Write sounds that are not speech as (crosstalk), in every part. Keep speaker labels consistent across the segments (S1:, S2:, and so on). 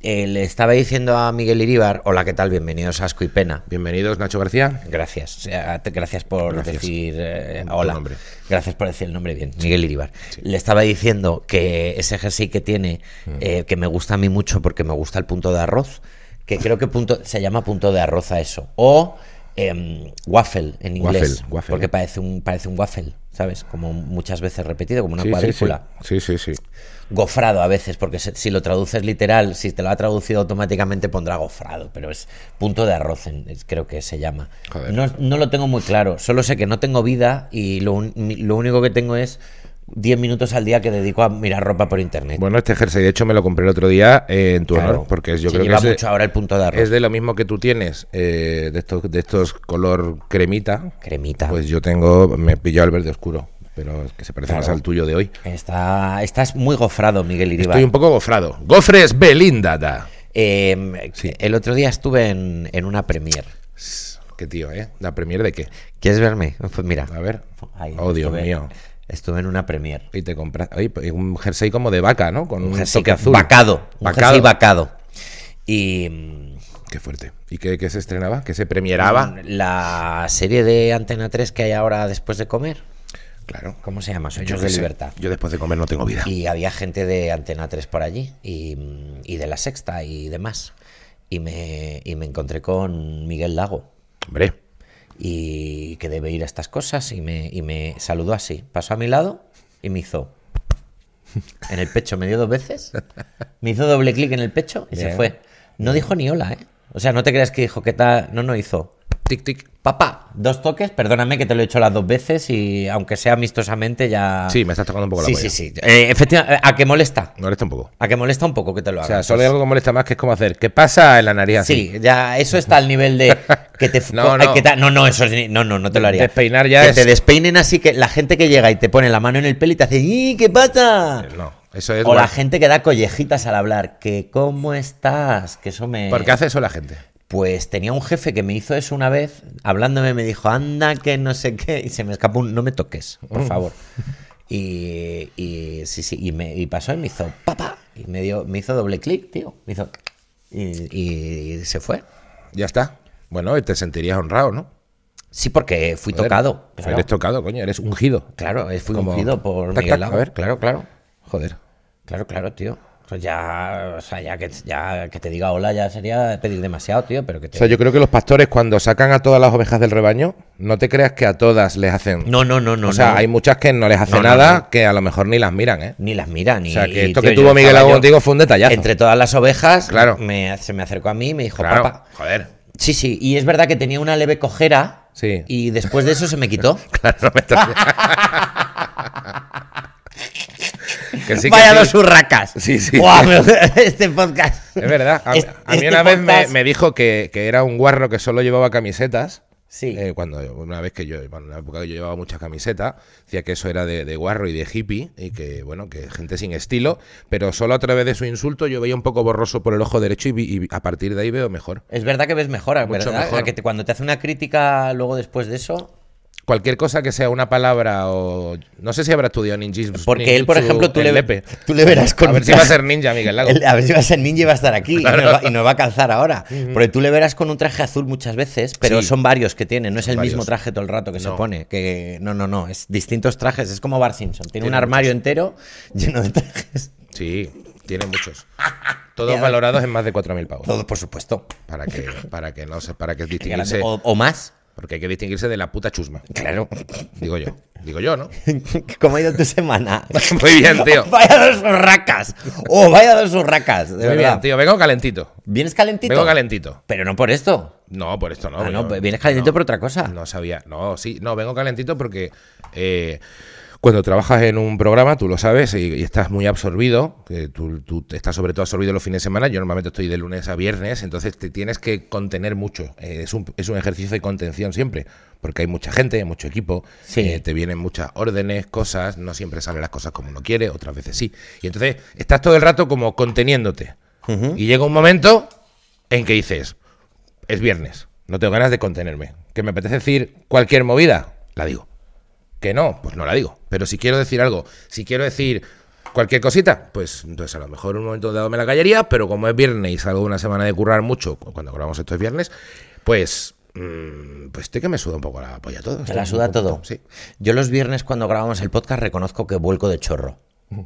S1: Eh, le estaba diciendo a Miguel Iríbar, hola, ¿qué tal? Bienvenidos a Asco y Pena.
S2: Bienvenidos, Nacho García.
S1: Gracias. O sea, te- Gracias por
S2: Gracias.
S1: decir eh,
S2: Tu
S1: hola.
S2: nombre.
S1: Gracias por decir el nombre bien. Miguel Iribar. Le estaba diciendo que ese jersey que tiene,
S2: Mm.
S1: eh, que me gusta a mí mucho porque me gusta el punto de arroz, que creo que punto, se llama punto de arroz a eso. O em, waffle en
S2: Waffle,
S1: inglés.
S2: waffle,
S1: porque
S2: ¿eh?
S1: parece un, parece un waffle, ¿sabes? Como muchas veces repetido, como una
S2: Sí, sí,
S1: cuadrícula
S2: Sí, sí, sí. sí.
S1: gofrado a veces, porque se- si lo traduces literal, si te lo ha traducido automáticamente pondrá gofrado, pero es punto de arroz, en- es- creo que se llama.
S2: Joder.
S1: No, no lo tengo muy claro, solo sé que no tengo vida y lo, un- mi- lo único que tengo es 10 minutos al día que dedico a mirar ropa por internet.
S2: Bueno, este jersey, de hecho, me lo compré el otro día eh, en tu
S1: Eh. Claro.
S2: honor, porque yo
S1: Se
S2: creo que
S1: lleva
S2: es de,
S1: mucho ahora el punto de arroz.
S2: es de lo mismo que tú tienes, eh, de, estos, de estos color cremita.
S1: Cremita.
S2: Pues yo tengo, me he pillado el verde oscuro, pero es que se parece más
S1: Claro.
S2: al tuyo de hoy.
S1: Está, estás muy gofrado, Miguel Iribar.
S2: Estoy un poco gofrado. Gofres Belinda. da.
S1: Eh,
S2: Sí.
S1: El otro día estuve en, en una premier.
S2: Qué tío, ¿eh? ¿La premier de qué?
S1: ¿Quieres verme? Pues mira.
S2: A ver.
S1: Ahí,
S2: oh, Dios
S1: estuve-
S2: mío.
S1: Estuve en una premier.
S2: Y te compras oye, pues, un jersey como de vaca, ¿no? Con un,
S1: un jersey
S2: toque azul.
S1: Vacado, un
S2: Vacado.
S1: jersey vacado. Y mm,
S2: Qué fuerte. ¿Y qué, qué se estrenaba? ¿Qué se premieraba?
S1: la serie de Antena 3 que hay ahora después de comer,
S2: Claro.
S1: ¿cómo se llama?
S2: Yo
S1: Sueños
S2: qué
S1: de
S2: sé.
S1: libertad.
S2: Yo después de comer no tengo vida.
S1: Y había gente de Antena 3 por allí y, mm, y de la Sexta y demás. Y me, y me encontré con Miguel Lago
S2: Hombre.
S1: y que debe ir a estas cosas y me, y me saludó así. Pasó a mi lado y me hizo (laughs) en el pecho, me dio dos veces, me hizo doble clic en el pecho y se
S2: Bien.
S1: fue. No dijo ni hola, ¿eh? O sea, no te creas que dijo qué tal, no, no hizo. Tic, tic. Papá, dos toques, perdóname que te lo he hecho las dos veces y aunque sea amistosamente ya...
S2: Ah. Sí, me estás tocando un poco la
S1: Sí, sí,
S2: polla.
S1: sí. Eh, efectivamente, ¿a que molesta?
S2: Molesta un poco.
S1: ¿A que molesta un poco que te lo
S2: O
S1: hagas?
S2: sea, solo hay algo que molesta más que es como hacer ¿qué pasa en la nariz? así?
S1: Sí, ya eso está al nivel de que
S2: (laughs)
S1: te
S2: No,
S1: ay,
S2: no.
S1: que ta- no, no, eso es ni- no, no, no te lo haría.
S2: Despeinar ya
S1: que
S2: es-
S1: te despeinen así que la gente que llega y te pone la mano en el pelo y te hace ¡y qué pasa!
S2: No, eso es.
S1: o la
S2: guay.
S1: gente que da collejitas al hablar, que ¿cómo estás? Que eso me
S2: ¿Por qué hace eso la gente?
S1: pues tenía un jefe que me hizo eso una vez, hablándome me dijo, anda que no sé qué, y se me escapó un no me toques,
S2: Mm.
S1: por favor.
S2: (laughs)
S1: Y, y sí, sí, y me y pasó y me hizo papá, y me dio, me hizo doble clic, tío. Me hizo y- y se fue.
S2: Ya está. Bueno, te sentirías honrado, ¿no?
S1: Sí, porque fui
S2: Joder,
S1: tocado.
S2: pues
S1: Claro,
S2: Eres tocado, coño, eres ungido.
S1: claro eh, fui
S2: Como-
S1: ungido por
S2: Tac,
S1: Miguel
S2: tac,
S1: Lago.
S2: a ver.
S1: Claro, claro.
S2: Joder.
S1: Claro, claro, tío. Pues ya, o sea, ya que, ya que te diga hola ya sería pedir demasiado, tío, pero que
S2: O
S1: te...
S2: sea, yo creo que los pastores cuando sacan a todas las ovejas del rebaño, no te creas que a todas les hacen.
S1: No, no, no, no.
S2: o sea,
S1: no.
S2: hay muchas que no les hace
S1: No, no,
S2: nada,
S1: no.
S2: que a lo mejor ni las miran, ¿eh?
S1: Ni las miran. ni
S2: O sea, que esto
S1: tío,
S2: que
S1: yo
S2: tuvo Miguel
S1: estaba
S2: Lago
S1: yo-
S2: contigo fue un detallazo.
S1: Entre todas las ovejas,
S2: Claro.
S1: me, se me acercó a mí y me dijo,
S2: Claro,
S1: papá.
S2: joder.
S1: Sí, sí, y es verdad que tenía una leve cojera
S2: Sí.
S1: y después de eso se me quitó.
S2: (laughs) Claro, no me estás- que sí, que
S1: Vaya
S2: sí.
S1: dos urracas.
S2: Sí, sí.
S1: Guau, me- (laughs) este podcast.
S2: Es verdad. A,
S1: Este-
S2: a mí
S1: este
S2: una vez me,
S1: podcast-
S2: me dijo que, que era un guarro que solo llevaba camisetas.
S1: Sí.
S2: Eh, cuando una vez que yo, bueno, una época que yo llevaba muchas camisetas, decía que eso era de, de guarro y de hippie, y que, bueno, que gente sin estilo, pero solo a través de su insulto yo veía un poco borroso por el ojo derecho y, vi- y a partir de ahí veo mejor.
S1: Es verdad que ves mejora,
S2: Mucho
S1: ¿verdad?
S2: mejor.
S1: A que te- cuando te hace una crítica luego después de eso.
S2: Cualquier cosa que sea una palabra o. No sé si habrá estudiado ninjitsu.
S1: Porque él, por
S2: ninjutsu
S1: ejemplo, tú
S2: en
S1: le,
S2: Lepe.
S1: tú le verás con.
S2: A ver si
S1: un
S2: va a
S1: traje-
S2: ser ninja, Miguel Lago.
S1: (laughs) el- a ver si va a ser ninja y va a estar aquí y, nos va, y nos va a calzar ahora. Porque tú le verás con un traje azul muchas veces, pero
S2: Sí.
S1: son varios que tiene. No es el mismo
S2: varios.
S1: traje todo el rato que se
S2: No.
S1: pone. Que, no, no, no. Es distintos trajes. Es como Bar Simpson. Tiene, un
S2: Tiene
S1: armario entero lleno de trajes.
S2: Sí, tiene
S1: (laughs)
S2: muchos.
S1: Y
S2: Todos
S1: ahora-
S2: valorados en más de 4.000 pavos.
S1: Todo, por supuesto.
S2: Para que, para que no se, para que
S1: Grande.
S2: distinguirse.
S1: O, o más.
S2: Porque hay que distinguirse de la puta chusma.
S1: Claro.
S2: Digo yo. Digo yo, ¿no?
S1: (laughs)
S2: (laughs)
S1: ¿Cómo ha ido tu semana?
S2: Muy bien, tío.
S1: Vaya dos urracas. Oh, vaya dos urracas. De
S2: Muy
S1: verdad.
S2: bien, tío. Vengo calentito.
S1: ¿Vienes calentito?
S2: Vengo calentito.
S1: Pero no por esto.
S2: No, por esto no.
S1: Ah,
S2: vengo-
S1: no, pues vienes calentito
S2: no.
S1: por otra cosa.
S2: No sabía. No, sí, no, vengo calentito porque eh, cuando trabajas en un programa, tú lo sabes, y, y estás muy absorbido, que tú, tú estás sobre todo absorbido los fines de semana, yo normalmente estoy de lunes a viernes, entonces te tienes que contener mucho. Eh, es, un, es un ejercicio de contención siempre, porque hay mucha gente, hay mucho equipo,
S1: Sí.
S2: eh, te vienen muchas órdenes, cosas, no siempre salen las cosas como uno quiere, otras veces sí. Y entonces estás todo el rato como conteniéndote. Y llega un momento en que dices, es viernes, no tengo ganas de contenerme. ¿Que me apetece decir cualquier movida? La digo. ¿Que no? Pues no la digo. Pero si quiero decir algo, si quiero decir cualquier cosita, pues entonces a lo mejor en un momento dado me la callaría, pero como es viernes y salgo una semana de currar mucho, pues cuando grabamos esto es viernes, pues mm, pues estoy que me suda un poco la polla todo. Este
S1: Te la suda todo.
S2: Sí.
S1: Yo los viernes cuando grabamos el podcast reconozco que vuelco de chorro. (laughs)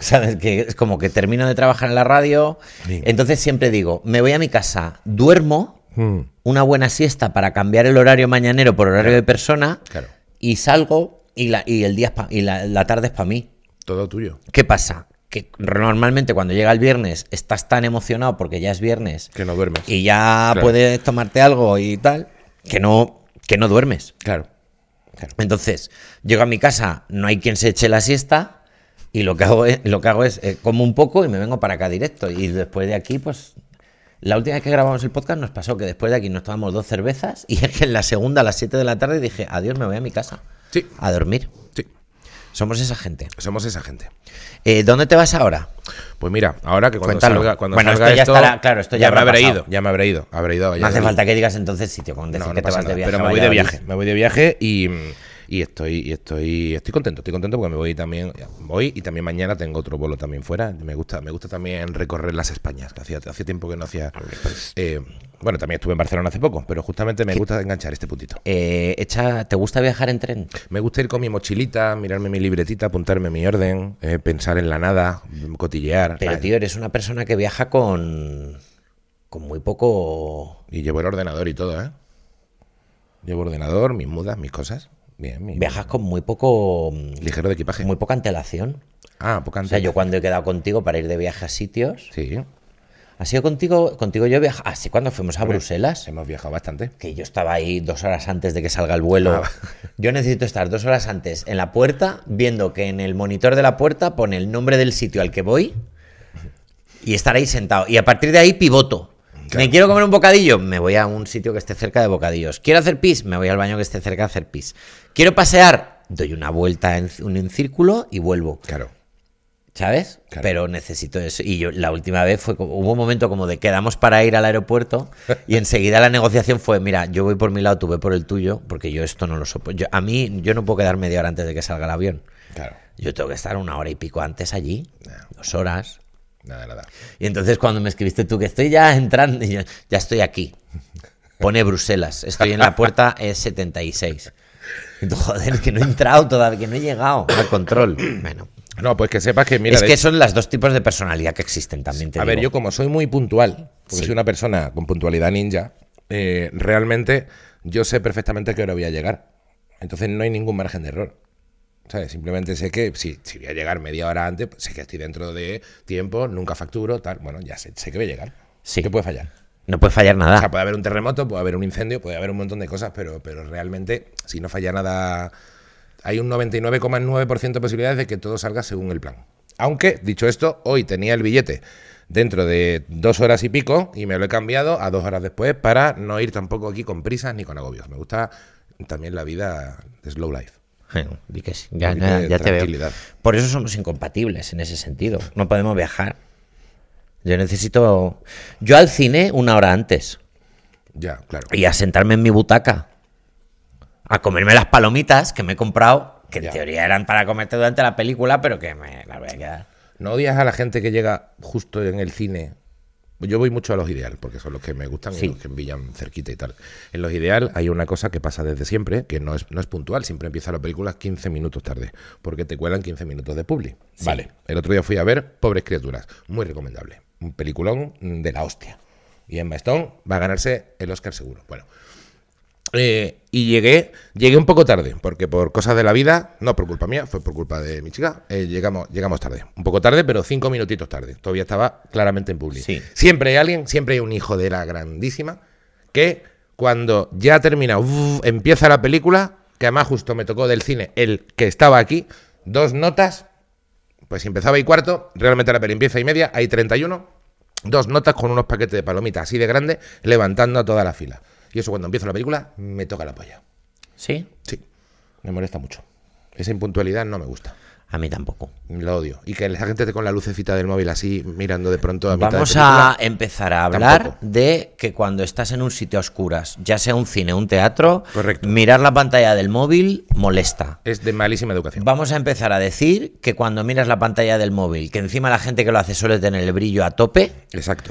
S1: ¿Sabes? Que es como que termino de trabajar en la radio.
S2: Sí.
S1: Entonces siempre digo, me voy a mi casa, duermo,
S2: Mm.
S1: una buena siesta para cambiar el horario mañanero por horario de persona
S2: Claro.
S1: y salgo y, la, y el día es pa- y la, la tarde es para mí.
S2: Todo tuyo.
S1: ¿Qué pasa? Que normalmente cuando llega el viernes estás tan emocionado porque ya es viernes
S2: Que no duermes.
S1: y ya
S2: Claro.
S1: puedes tomarte algo y tal, que no, que no duermes.
S2: Claro.
S1: Entonces, llego a mi casa, no hay quien se eche la siesta y lo que hago es, lo que hago es eh, como un poco y me vengo para acá directo. Y después de aquí, pues, la última vez que grabamos el podcast nos pasó que después de aquí nos tomamos dos cervezas y (laughs) es que en la segunda a las 7 de la tarde dije, adiós, me voy a mi casa
S2: Sí,
S1: a dormir.
S2: sí.
S1: Somos esa gente.
S2: Somos esa gente.
S1: Eh, ¿Dónde te vas ahora?
S2: Pues mira, ahora que cuando
S1: Cuéntalo.
S2: salga, cuando
S1: Bueno,
S2: salga
S1: esto ya estará- claro, esto ya
S2: me
S1: habrá
S2: habré
S1: pasado.
S2: ido, ya me habré ido, habré ido. a
S1: No hace
S2: Valladolid.
S1: falta que digas entonces sitio con decir
S2: No, no
S1: que te
S2: pasa
S1: vas de
S2: nada,
S1: viaje.
S2: Pero
S1: a
S2: me voy de
S1: Valladolid.
S2: viaje, me voy de viaje y, y estoy, y estoy, estoy contento, estoy contento porque me voy también, voy y también mañana tengo otro vuelo también fuera. Me gusta, me gusta también recorrer las Españas, que hacía, hacía tiempo que no hacía.
S1: Ah, pues.
S2: eh, bueno, también estuve en Barcelona hace poco, pero justamente me gusta enganchar este puntito.
S1: Eh, echa- ¿Te gusta viajar en tren?
S2: Me gusta ir con mi mochilita, mirarme mi libretita, apuntarme mi orden, eh, pensar en la nada, cotillear. ah,
S1: Pero,
S2: ¿sabes?
S1: tío, eres una persona que viaja con. con muy poco.
S2: Y llevo el ordenador y todo, ¿eh? Llevo ordenador, mis mudas, mis cosas. Bien, mi-
S1: Viajas con muy poco.
S2: ligero de equipaje.
S1: muy poca antelación.
S2: Ah, poca
S1: O sea,
S2: antena.
S1: yo cuando he quedado contigo para ir de viaje a sitios.
S2: Sí,
S1: ¿Ha sido contigo? Contigo yo viaja. Así cuando fuimos a Bruselas.
S2: hemos viajado bastante.
S1: Que yo estaba ahí dos horas antes de que salga el vuelo. Yo necesito estar dos horas antes en la puerta, viendo que en el monitor de la puerta pone el nombre del sitio al que voy y estar ahí sentado. Y a partir de ahí pivoto. ¿Me quiero comer un bocadillo? Me voy a un sitio que esté cerca de bocadillos. ¿Quiero hacer pis? Me voy al baño que esté cerca de hacer pis. ¿Quiero pasear? Doy una vuelta en c- un círculo y vuelvo.
S2: Claro.
S1: ¿Sabes?
S2: Claro.
S1: Pero necesito eso. Y yo la última vez fue como, hubo un momento como de quedamos para ir al aeropuerto y enseguida la negociación fue, mira, yo voy por mi lado, tú ve por el tuyo, porque yo esto no lo soporto. Yo- a mí yo no puedo quedar media hora antes de que salga el avión.
S2: Claro.
S1: Yo tengo que estar una hora y pico antes allí,
S2: Ya.
S1: dos horas.
S2: Nada, nada.
S1: Y entonces cuando me escribiste tú que estoy ya entrando, y yo, ya estoy aquí. Pone Bruselas, estoy en la puerta E E76. Y tú, Joder, que no he entrado todavía, que no he llegado al control. Bueno,
S2: No, pues que sepas que, mira,
S1: es
S2: de
S1: que son las dos tipos de personalidad que existen también. Te
S2: A ver, yo
S1: digo.
S2: como soy muy puntual, porque
S1: Sí.
S2: soy una persona con puntualidad ninja, eh, realmente yo sé perfectamente a qué hora voy a llegar. Entonces no hay ningún margen de error. ¿Sabes? Simplemente sé que si, si voy a llegar media hora antes, pues sé que estoy dentro de tiempo, nunca facturo, tal. Bueno, ya sé, sé que voy a llegar.
S1: Sí.
S2: Que puede fallar.
S1: No puede fallar
S2: O sea,
S1: nada.
S2: puede haber un terremoto, puede haber un incendio, puede haber un montón de cosas, pero, pero realmente, si no falla nada, hay un 99,9% de posibilidades de que todo salga según el plan. Aunque, dicho esto, hoy tenía el billete dentro de dos horas y pico y me lo he cambiado a dos horas después para no ir tampoco aquí con prisas ni con agobios. Me gusta también la vida de slow life.
S1: (laughs) Bueno, di que sí. Ya,
S2: Un poquito
S1: ya-
S2: de
S1: ya te veo.
S2: tranquilidad.
S1: Por eso somos incompatibles en ese sentido. No podemos viajar. Yo necesito. Yo al cine una hora antes.
S2: Ya, claro.
S1: y a sentarme en mi butaca a comerme las palomitas que me he comprado, que en
S2: Ya.
S1: teoría eran para comerte durante la película, pero que me las voy a quedar.
S2: ¿No odias a la gente que llega justo en el cine? Yo voy mucho a los ideal, porque son los que me gustan
S1: Sí.
S2: y los que envillan cerquita y tal. En los ideal hay una cosa que pasa desde siempre, que no es, no es puntual, siempre empieza la película 15 minutos tarde, porque te cuelan 15 minutos de publi. Vale, el otro día fui a ver Pobres Criaturas, muy recomendable, un peliculón de la hostia. Y Emma Stone va a ganarse el Oscar seguro. Bueno, eh, y llegué, llegué un poco tarde, porque por cosas de la vida, no por culpa mía, fue por culpa de mi chica, eh, llegamos, llegamos tarde. Un poco tarde, pero cinco minutitos tarde. Todavía estaba claramente en público.
S1: Sí.
S2: Siempre hay alguien, siempre hay un hijo de la grandísima, que cuando ya termina, uf, empieza la película, que además justo me tocó del cine el que estaba aquí, dos notas, pues si empezaba y cuarto, realmente la peli empieza y media, hay 31, dos notas con unos paquetes de palomitas así de grande, levantando a toda la fila. Y eso cuando empiezo la película me toca la polla.
S1: ¿Sí?
S2: Sí, me molesta mucho. Esa impuntualidad no me gusta.
S1: A mí tampoco.
S2: Lo odio. Y que la gente esté con la lucecita del móvil así mirando de pronto a mitad de
S1: Vamos
S2: película.
S1: a eh, empezar a hablar
S2: Tampoco.
S1: de que cuando estás en un sitio a oscuras, ya sea un cine, un teatro,
S2: Correcto.
S1: mirar la pantalla del móvil molesta.
S2: Es de malísima educación.
S1: Vamos a empezar a decir que cuando miras la pantalla del móvil, que encima la gente que lo hace suele tener el brillo a tope,
S2: Exacto.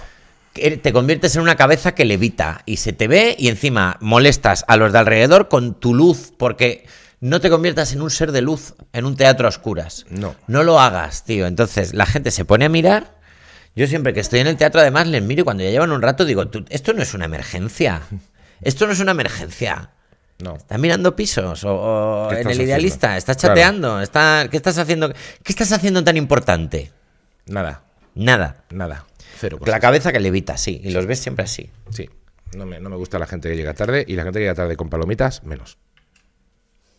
S1: que eh, te conviertes en una cabeza que levita y se te ve y encima molestas a los de alrededor con tu luz, porque no te conviertas en un ser de luz en un teatro a oscuras.
S2: No.
S1: No lo hagas, tío. Entonces la gente se pone a mirar. Yo siempre que estoy en el teatro, además, les miro y cuando ya llevan un rato digo, "Tú, esto no es una emergencia. Esto no es una emergencia.
S2: No.
S1: Estás mirando pisos o, o
S2: ¿Qué
S1: en
S2: estás
S1: el idealista,
S2: haciendo?
S1: estás
S2: Claro.
S1: chateando, está, ¿qué estás haciendo? ¿Qué estás haciendo tan importante?
S2: Nada.
S1: Nada.
S2: Nada. Cero. cosas.
S1: La cabeza que levita, sí, y los ves siempre así.
S2: Sí. No me, no me gusta la gente que llega tarde y la gente que llega tarde con palomitas, menos.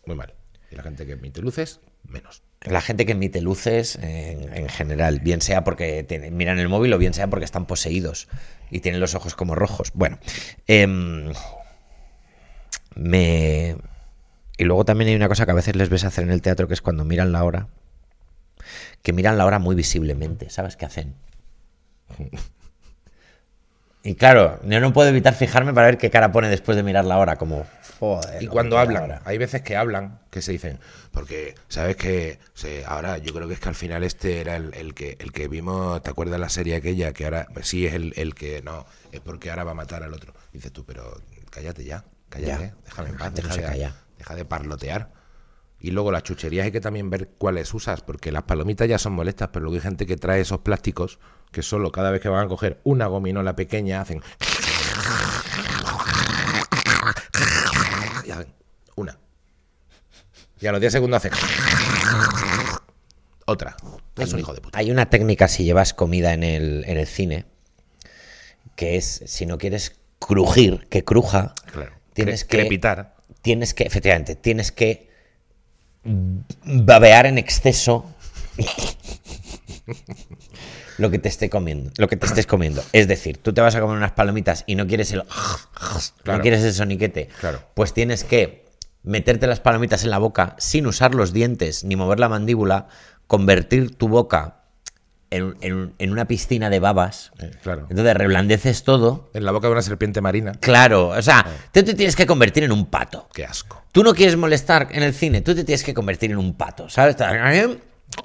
S2: Muy mal. Y la gente que emite luces, menos.
S1: La gente que emite luces en, en general, bien sea porque tiene- miran el móvil o bien sea porque están poseídos y tienen los ojos como rojos. Bueno, em, me... Y luego también hay una cosa que a veces les ves hacer en el teatro que es cuando miran la hora, que miran la hora muy visiblemente, ¿sabes qué hacen? (laughs) Y claro, yo no puedo evitar fijarme para ver qué cara pone después de mirar la hora, como... Joder,
S2: Y
S1: no
S2: cuando
S1: mira la
S2: hablan,
S1: hora.
S2: hay veces que hablan, que se dicen, porque sabes que se- ahora yo creo que es que al final este era el, el que el que vimos, ¿te acuerdas la serie aquella? Que ahora pues sí es el, el que no, es porque ahora va a matar al otro. Dices tú, pero cállate ya, cállate,
S1: Ya.
S2: déjame en
S1: La
S2: paz,
S1: gente no
S2: deja,
S1: se
S2: de-
S1: calla.
S2: deja de parlotear. Y luego las chucherías hay que también ver cuáles usas, porque las palomitas ya son molestas, pero luego hay gente que trae esos plásticos que solo cada vez que van a coger una gominola pequeña hacen. y hacen una. Y a los 10 segundos hacen. Otra.
S1: Pues
S2: Es un hijo de puta.
S1: Hay una técnica si llevas comida en el, en el cine, que es, si no quieres crujir, que cruja,
S2: Claro.
S1: tienes
S2: Cre-
S1: que...
S2: crepitar.
S1: Tienes que, efectivamente, tienes que babear en exceso lo que te esté comiendo, lo que te estés comiendo. Es decir, tú te vas a comer unas palomitas y no quieres el
S2: Claro.
S1: no quieres el soniquete.
S2: Claro.
S1: Pues tienes que meterte las palomitas en la boca sin usar los dientes ni mover la mandíbula, convertir tu boca en, en- en una piscina de babas.
S2: Eh, claro.
S1: Entonces reblandeces todo.
S2: En la boca de una serpiente marina.
S1: Claro, o sea,
S2: Eh.
S1: tú te tienes que convertir en un pato.
S2: Qué asco.
S1: Tú no quieres molestar en el cine, tú te tienes que convertir en un pato, ¿sabes?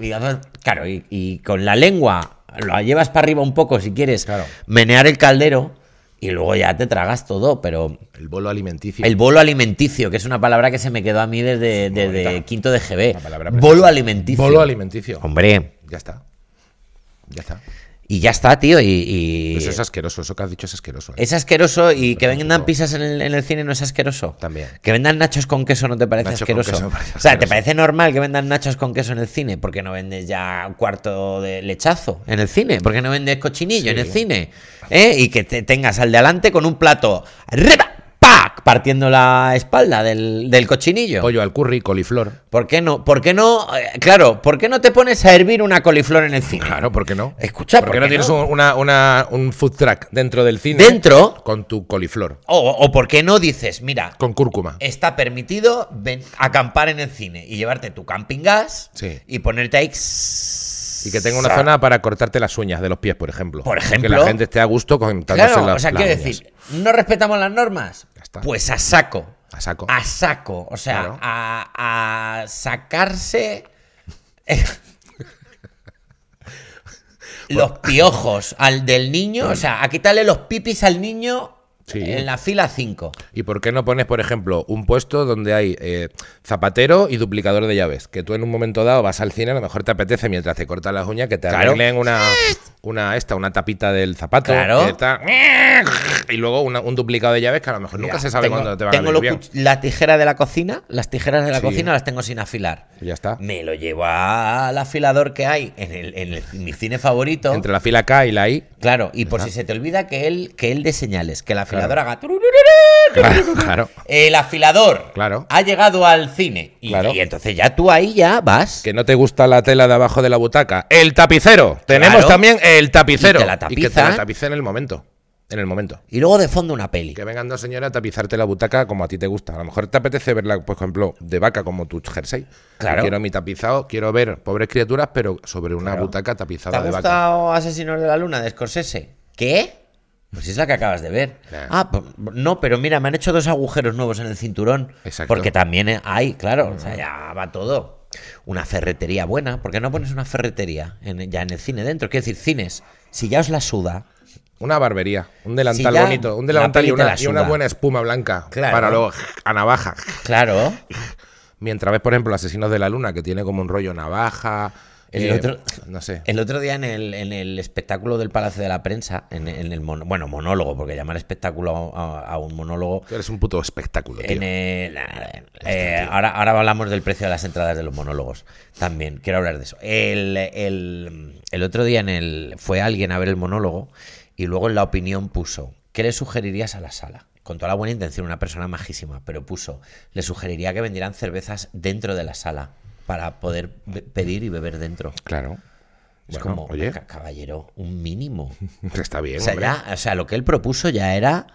S1: Y haces- claro, y, y con la lengua lo llevas para arriba un poco si quieres
S2: Claro.
S1: menear el caldero y luego ya te tragas todo, pero
S2: El bolo alimenticio.
S1: el bolo alimenticio, que es una palabra que se me quedó a mí desde,
S2: Muy
S1: desde
S2: bonita.
S1: quinto de GB.
S2: Una palabra
S1: Bolo
S2: preciosa.
S1: alimenticio.
S2: Bolo alimenticio.
S1: Hombre,
S2: Ya está. Ya está.
S1: y ya está, tío, y... y- eh,
S2: Pues eso es asqueroso. Eso que has dicho es asqueroso. ¿eh?
S1: Es asqueroso y que
S2: Pero
S1: vendan
S2: no.
S1: pizzas en el, en el cine no es asqueroso.
S2: También.
S1: Que vendan nachos con queso no te parece
S2: Nachos con
S1: asqueroso.
S2: queso me parece
S1: o sea, ¿te
S2: asqueroso.
S1: parece normal que vendan nachos con queso en el cine? ¿Por qué no vendes ya un cuarto de lechazo en el cine? ¿Por qué no vendes cochinillo
S2: Sí.
S1: en el cine? ¿Eh? Y que te tengas al de adelante con un plato arriba, ¡pac! partiendo la espalda del, del cochinillo.
S2: Pollo al curry, coliflor.
S1: ¿Por qué no? ¿Por qué no? eh, Claro, ¿por qué no te pones a hervir una coliflor en el cine?
S2: Claro, ¿por qué no?
S1: Escucha,
S2: ¿por,
S1: ¿por
S2: qué no
S1: qué
S2: tienes
S1: no?
S2: un, una- una- un food track dentro del cine?
S1: Dentro.
S2: Con tu coliflor.
S1: O, o por qué no dices, mira,
S2: Con cúrcuma.
S1: está permitido ven- acampar en el cine y llevarte tu camping gas
S2: Sí.
S1: y ponerte ahí.
S2: Y que tenga una zona para cortarte las uñas de los pies, por ejemplo.
S1: Por
S2: Que
S1: ejemplo.
S2: la gente esté a gusto cortándose
S1: Claro,
S2: las-
S1: o sea,
S2: las
S1: quiero
S2: uñas.
S1: decir, ¿no respetamos las normas?
S2: Ya está.
S1: Pues a saco.
S2: A saco.
S1: A saco. O sea,
S2: Claro.
S1: a, a sacarse. eh,
S2: (laughs)
S1: los piojos al del niño. O sea, a quitarle los pipis al niño
S2: Sí.
S1: en la fila 5.
S2: ¿Y por qué no pones, por ejemplo, un puesto donde hay eh, zapatero y duplicador de llaves? Que tú en un momento dado vas al cine, a lo mejor te apetece mientras te cortas las uñas que te
S1: Claro.
S2: arreglen una, una esta, una tapita del zapato.
S1: Claro.
S2: que está- (laughs) y luego una- un duplicado de llaves que a lo mejor nunca se sabe cuándo te van
S1: tengo
S2: a
S1: lo
S2: venir bien.
S1: cuch- la tijera de la cocina, las tijeras de la
S2: Sí.
S1: cocina las tengo sin afilar.
S2: Y ya está.
S1: Me lo llevo al afilador que hay en, el- en el- en mi cine favorito.
S2: Entre la fila K y
S1: (laughs)
S2: la I.
S1: Claro, y por si se te olvida que él, que él de señales, que el afilador
S2: Claro.
S1: haga.
S2: Claro, claro.
S1: El afilador
S2: Claro.
S1: ha llegado al cine. Y,
S2: Claro.
S1: y entonces ya tú ahí ya vas.
S2: Que no te gusta la tela de abajo de la butaca. El tapicero. Tenemos
S1: Claro.
S2: también el tapicero.
S1: Y te la
S2: que te la
S1: tapiza.
S2: tapice en el momento. en el momento.
S1: Y luego de fondo una peli.
S2: Que vengan dos señoras a tapizarte la butaca como a ti te gusta. A lo mejor te apetece verla, pues, por ejemplo, de vaca como tu jersey.
S1: Claro.
S2: Quiero mi tapizado, quiero ver pobres criaturas, pero sobre una
S1: Claro.
S2: butaca
S1: ¿Te
S2: tapizada
S1: ha
S2: de vaca.
S1: gustado Asesinos de la Luna de Scorsese? ¿Qué? Pues es la que acabas de ver.
S2: Claro.
S1: Ah, pues, no, pero mira, me han hecho dos agujeros nuevos en el cinturón.
S2: Exacto.
S1: Porque también hay, claro, o sea, ya va todo. Una ferretería buena. ¿Por qué no pones una ferretería en- ya en el cine dentro? Quiero decir, cines, si ya os la suda,
S2: Una barbería, un delantal
S1: Si ya
S2: bonito, un
S1: la
S2: delantal y
S1: peli te
S2: una,
S1: la
S2: y una
S1: suda.
S2: buena espuma blanca
S1: Claro.
S2: para luego a navaja.
S1: claro.
S2: Mientras ves, por ejemplo, Asesinos de la Luna, que tiene como un rollo navaja.
S1: El
S2: eh,
S1: otro-
S2: No sé.
S1: El otro día en el, en el espectáculo del Palacio de la Prensa, en, en el mono- bueno, monólogo, porque llamar espectáculo a- a- a un monólogo
S2: Tú eres un puto espectáculo, tío.
S1: En el- eh, ahora, ahora hablamos del precio de las entradas de los monólogos. También quiero hablar de eso. El, el- el otro día en el, fue alguien a ver el monólogo y luego en la opinión puso, ¿qué le sugerirías a la sala? Con toda la buena intención, una persona majísima, pero puso, le sugeriría que vendieran cervezas dentro de la sala para poder be- pedir y beber dentro.
S2: Claro.
S1: Es
S2: Bueno,
S1: como,
S2: oye,
S1: "Ca- caballero, un mínimo.
S2: está bien,
S1: (laughs) O sea,
S2: hombre.
S1: ya- o sea, lo que él propuso ya era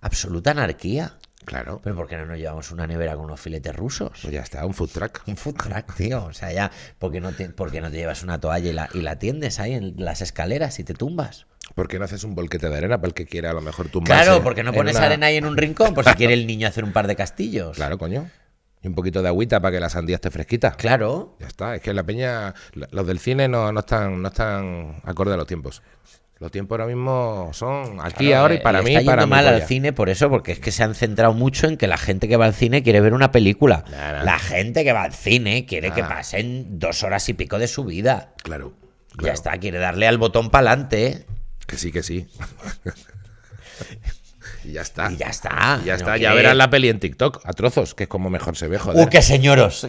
S1: absoluta anarquía.
S2: Claro.
S1: ¿Pero por qué no nos llevamos una nevera con unos filetes rusos?
S2: Pues ya está, un food truck.
S1: Un food truck, tío. O sea, ya, ¿por qué no te, por qué no te llevas una toalla y la, y la tiendes ahí en las escaleras y te tumbas?
S2: ¿Por qué no haces un volquete de arena para el que quiera a lo mejor tumbarse?
S1: Claro, porque no
S2: en
S1: pones
S2: una-
S1: arena ahí en un rincón por si quiere el niño hacer un par de castillos.
S2: Claro, coño. Y un poquito de agüita para que la sandía esté fresquita.
S1: Claro.
S2: Ya está, es que la peña, la- los del cine no, no están no están acorde a los tiempos. Los tiempos ahora mismo son aquí,
S1: Claro,
S2: ahora y
S1: le-
S2: para
S1: le
S2: mí,
S1: está
S2: para
S1: yendo
S2: mi
S1: mal al
S2: polla.
S1: cine por eso, porque es que se han centrado mucho en que la gente que va al cine quiere ver una película.
S2: Claro.
S1: La gente que va al cine quiere que
S2: Ah.
S1: pasen dos horas y pico de su vida.
S2: Claro,
S1: Ya
S2: claro.
S1: está, quiere darle al botón para adelante
S2: Que sí, que sí. (laughs) y ya está.
S1: y ya está.
S2: Y ya,
S1: No
S2: está. ya
S1: quiere-
S2: verás la peli en TikTok a trozos, que es como mejor se ve, joder.
S1: ¡Uh, qué
S2: (laughs)
S1: señoros!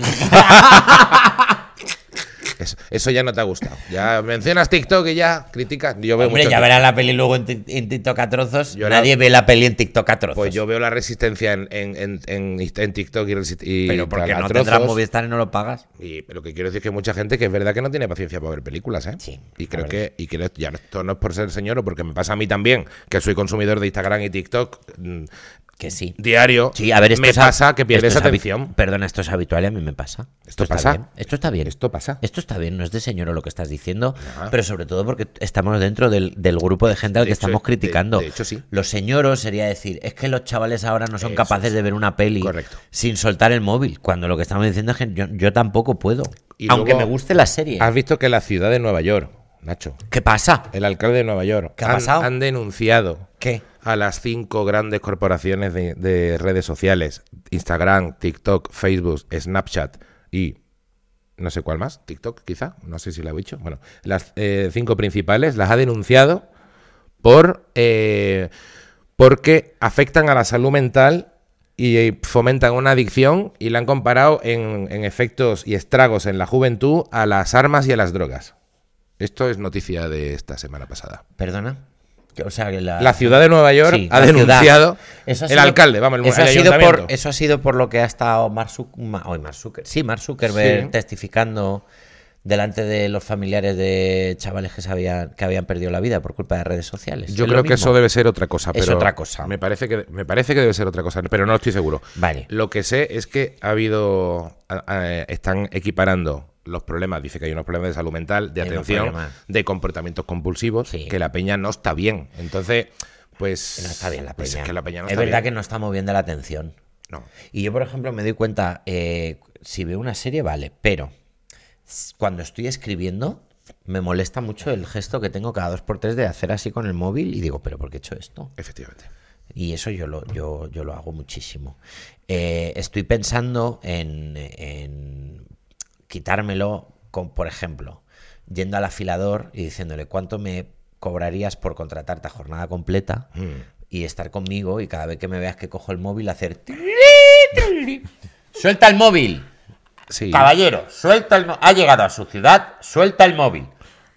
S2: Eso, eso ya no te ha gustado. Ya mencionas TikTok y ya criticas. Yo veo
S1: Hombre,
S2: Pues mucho
S1: ya
S2: TikTok.
S1: verás la peli luego en, ti- en TikTok a trozos.
S2: Yo la-
S1: Nadie ve la peli en TikTok a trozos.
S2: Pues yo veo la resistencia en, en, en, en- en TikTok y, resi- y
S1: Pero porque
S2: tal, a
S1: no tendrás
S2: trozos.
S1: Movistar y no lo pagas.
S2: Y lo que quiero decir es que hay mucha gente que es verdad que no tiene paciencia para ver películas, ¿eh?
S1: Sí,
S2: Y
S1: la
S2: creo
S1: verdad.
S2: que, y creo, ya no- esto no es por ser señor, o porque me pasa a mí también, que soy consumidor de Instagram y TikTok mm,
S1: Que sí.
S2: diario.
S1: Sí, a ver, esto
S2: me
S1: es hab-
S2: pasa que pierdes
S1: esto es habi-
S2: atención.
S1: Perdona, esto es habitual y a mí me pasa.
S2: ¿Esto
S1: está
S2: pasa?
S1: bien. Esto está bien.
S2: Esto pasa.
S1: Esto está bien, no es de señor lo que estás diciendo,
S2: Ajá.
S1: pero sobre todo porque estamos dentro del, del grupo de gente al
S2: De
S1: que
S2: hecho,
S1: estamos
S2: de-
S1: criticando.
S2: de hecho, sí.
S1: Los señoros sería decir, es que los chavales ahora no son
S2: Eso
S1: capaces de ver una peli
S2: Correcto.
S1: sin soltar el móvil, cuando lo que estamos diciendo es que yo, yo tampoco puedo.
S2: Y
S1: Aunque
S2: luego-
S1: me guste la serie.
S2: Has visto que la ciudad de Nueva York, Nacho,
S1: ¿Qué pasa?
S2: el alcalde de Nueva York,
S1: ¿Qué ha
S2: han,
S1: pasado?
S2: han denunciado
S1: ¿Qué?
S2: a las cinco grandes corporaciones de, de redes sociales, Instagram, TikTok, Facebook, Snapchat y no sé cuál más, TikTok quizá, no sé si lo he dicho, bueno, las eh, cinco principales las ha denunciado por eh, porque afectan a la salud mental y eh, fomentan una adicción y la han comparado en, en efectos y estragos en la juventud a las armas y a las drogas. Esto es noticia de esta semana pasada.
S1: Perdona. Que, O sea, que la,
S2: La ciudad de Nueva York
S1: Sí,
S2: ha
S1: la ciudad.
S2: denunciado
S1: Eso ha
S2: el
S1: sido-
S2: alcalde, vamos, el,
S1: eso
S2: el
S1: ha sido
S2: ayuntamiento.
S1: por Eso ha sido por lo que ha estado Mark, Zuc- Ma- hoy Mark Zucker- sí, Mark Zuckerberg
S2: Sí.
S1: testificando delante de los familiares de chavales que, sabían, que habían perdido la vida por culpa de redes sociales.
S2: Yo
S1: Es
S2: creo
S1: lo
S2: que
S1: mismo.
S2: eso debe ser otra cosa.
S1: Es
S2: pero
S1: otra cosa.
S2: Me parece, que, me parece que debe ser otra cosa, pero no estoy seguro.
S1: Vale.
S2: Lo que sé es que ha habido. a- a- están equiparando los problemas. Dice que hay unos problemas de salud mental, de
S1: Hay unos
S2: atención,
S1: problemas.
S2: de comportamientos compulsivos,
S1: Sí.
S2: que la peña no está bien. Entonces, pues.
S1: No está bien la peña.
S2: pues es que la peña no
S1: Es
S2: está
S1: verdad que
S2: bien.
S1: no está moviendo la atención.
S2: No.
S1: Y yo, por ejemplo, me doy cuenta, eh, si veo una serie, vale, pero s- cuando estoy escribiendo, me molesta mucho el gesto que tengo cada dos por tres de hacer así con el móvil y digo, pero ¿por qué he hecho esto?
S2: Efectivamente.
S1: Y eso yo lo, yo, yo lo hago muchísimo. Eh, estoy pensando en, en quitármelo, con, por ejemplo, yendo al afilador y diciéndole cuánto me cobrarías por contratarte a jornada completa y estar conmigo y cada vez que me veas que cojo el móvil hacer... tiriri, tiriri. Suelta el móvil,
S2: Sí.
S1: caballero, suelta el... mo- Ha llegado a su ciudad, suelta el móvil.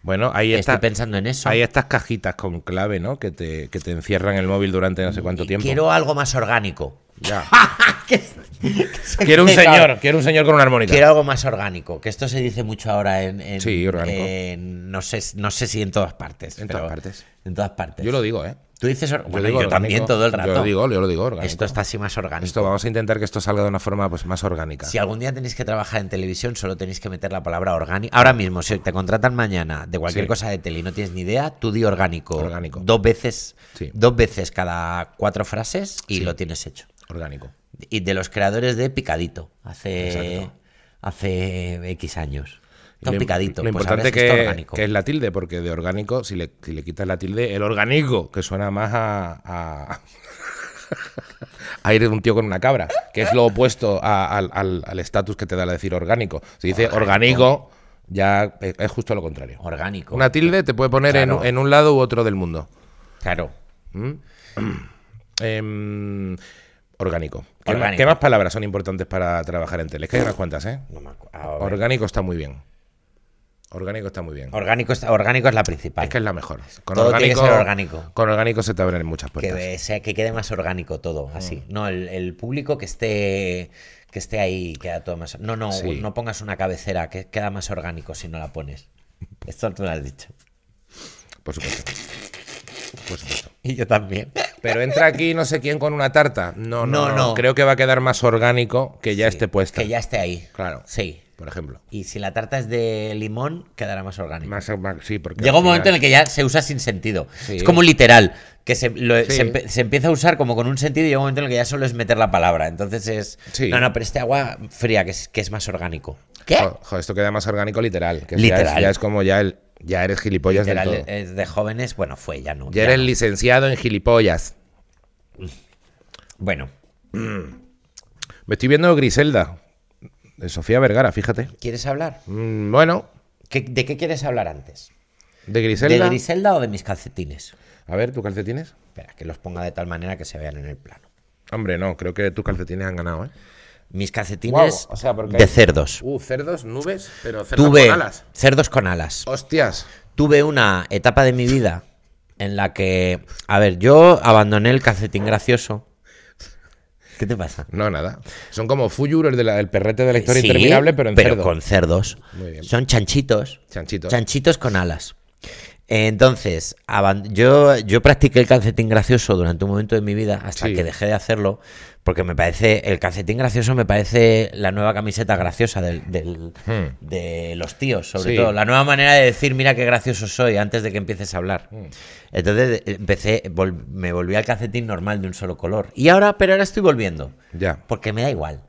S2: Bueno, ahí
S1: Estoy
S2: está.
S1: pensando en eso.
S2: Hay estas cajitas con clave, ¿no? Que te, que te encierran el móvil durante no sé cuánto
S1: Y
S2: tiempo.
S1: Quiero algo más orgánico.
S2: Ya.
S1: (laughs) Que- que se
S2: Quiero un
S1: queda-
S2: señor, quiero un señor con una armónica.
S1: Quiero algo más orgánico, que esto se dice mucho ahora en... en-
S2: Sí, orgánico.
S1: en- no, sé, no sé si en todas partes.
S2: En
S1: pero-
S2: todas partes.
S1: En todas partes.
S2: Yo lo digo, ¿eh?
S1: Tú dices... or- bueno, yo
S2: digo orgánico.
S1: también todo el rato.
S2: Yo lo digo, yo lo digo orgánico.
S1: Esto está así más orgánico.
S2: Esto vamos a intentar que esto salga de una forma pues más orgánica.
S1: Si algún día tenéis que trabajar en televisión, solo tenéis que meter la palabra orgánico. Ahora mismo, si te contratan mañana de cualquier
S2: Sí.
S1: cosa de tele y no tienes ni idea, tú di orgánico.
S2: Orgánico.
S1: Dos veces,
S2: Sí.
S1: dos veces cada cuatro frases y
S2: Sí.
S1: lo tienes hecho.
S2: Orgánico.
S1: Y de los creadores de Picadito, hace,
S2: Exacto.
S1: hace X años.
S2: Y
S1: No,
S2: lo im-
S1: Picadito,
S2: Lo
S1: pues ahora
S2: importante
S1: es esto
S2: que,
S1: orgánico.
S2: que es la tilde, porque de orgánico, si le, si le quitas la tilde, el orgánico, que suena más a. a, (laughs) a ir de un tío con una cabra, que es lo opuesto a- al al- al estatus que te da la decir orgánico. Si dice orgánico, ya es, es justo lo contrario.
S1: Orgánico.
S2: Una tilde te puede poner en-
S1: Claro.
S2: en, un lado u otro del mundo.
S1: Claro.
S2: Em, orgánico. ¿Qué,
S1: Orgánico.
S2: Más, qué más palabras son importantes para trabajar en tele? Es que hay unas cuantas, ¿eh?
S1: No me acu- ah, a ver.
S2: Orgánico está muy bien. Orgánico está muy bien.
S1: orgánico, es- orgánico es la principal.
S2: Es que es la mejor. Con
S1: Todo tiene que ser orgánico.
S2: Con orgánico se te abren muchas
S1: que,
S2: puertas.
S1: ve- sea, que quede más orgánico todo,
S2: Mm.
S1: así. No, el, el público que esté que esté ahí queda todo más. No, no,
S2: Sí.
S1: no pongas una cabecera que queda más orgánico si no la pones. Esto tú lo has dicho.
S2: Por supuesto. Por supuesto.
S1: Y yo también.
S2: Pero entra aquí no sé quién con una tarta. No, no,
S1: No,
S2: no.
S1: no.
S2: Creo que va a quedar más orgánico que ya esté puesta.
S1: Que ya esté ahí.
S2: Claro.
S1: Sí.
S2: Por ejemplo.
S1: Y si la tarta es de limón, quedará más orgánico.
S2: Más, más- sí, porque
S1: Llega
S2: al
S1: un momento en
S2: final-
S1: el que ya se usa sin sentido.
S2: Sí.
S1: Es como literal. Que se, lo-
S2: Sí.
S1: se empe- se empieza a usar como con un sentido y llega un momento en el que ya solo es meter la palabra. Entonces es.
S2: Sí.
S1: No, no, pero este agua fría, que es, que es más orgánico. ¿Qué?
S2: Jo- jo, esto queda más orgánico literal. Que Ya
S1: Literal.
S2: es, ya es como ya el. Ya eres gilipollas del
S1: Literal,
S2: todo.
S1: es de jóvenes, bueno, fue, ya no.
S2: ya
S1: ya
S2: eres
S1: no.
S2: licenciado en gilipollas.
S1: Bueno,
S2: Me estoy viendo Griselda. De Sofía Vergara, fíjate.
S1: ¿quieres hablar?
S2: Mm, bueno,
S1: ¿Qué- ¿De qué quieres hablar antes?
S2: de
S1: ¿De
S2: Griselda.
S1: Griselda o de mis calcetines?
S2: A ver, ¿tus calcetines?
S1: Espera, que los ponga de tal manera que se vean en el plano.
S2: Hombre, no, creo que tus calcetines han ganado, ¿eh?
S1: Mis calcetines
S2: Guau, o sea, porque
S1: de
S2: hay-
S1: cerdos.
S2: Uh, cerdos, nubes, pero cerdos
S1: Tuve
S2: con alas.
S1: cerdos con alas.
S2: Hostias.
S1: Tuve una etapa de mi vida en la que, a ver, yo abandoné el calcetín gracioso. ¿Qué te pasa?
S2: No, nada. Son como Fuyur, el, de la- el perrete de la historia
S1: Sí,
S2: interminable, pero en cerdo.
S1: con cerdos.
S2: Muy bien.
S1: Son chanchitos.
S2: Chanchitos.
S1: Chanchitos con alas. Entonces, aban- yo, yo practiqué el calcetín gracioso durante un momento de mi vida hasta
S2: Sí.
S1: que dejé de hacerlo, porque me parece, el calcetín gracioso me parece la nueva camiseta graciosa del- del- de los tíos, sobre
S2: Hmm. Sí.
S1: todo. La nueva manera de decir, mira qué gracioso soy, antes de que empieces a hablar.
S2: Hmm.
S1: Entonces, empecé, vol- me volví al calcetín normal de un solo color. Y ahora, pero ahora estoy volviendo,
S2: Ya,
S1: porque me da igual.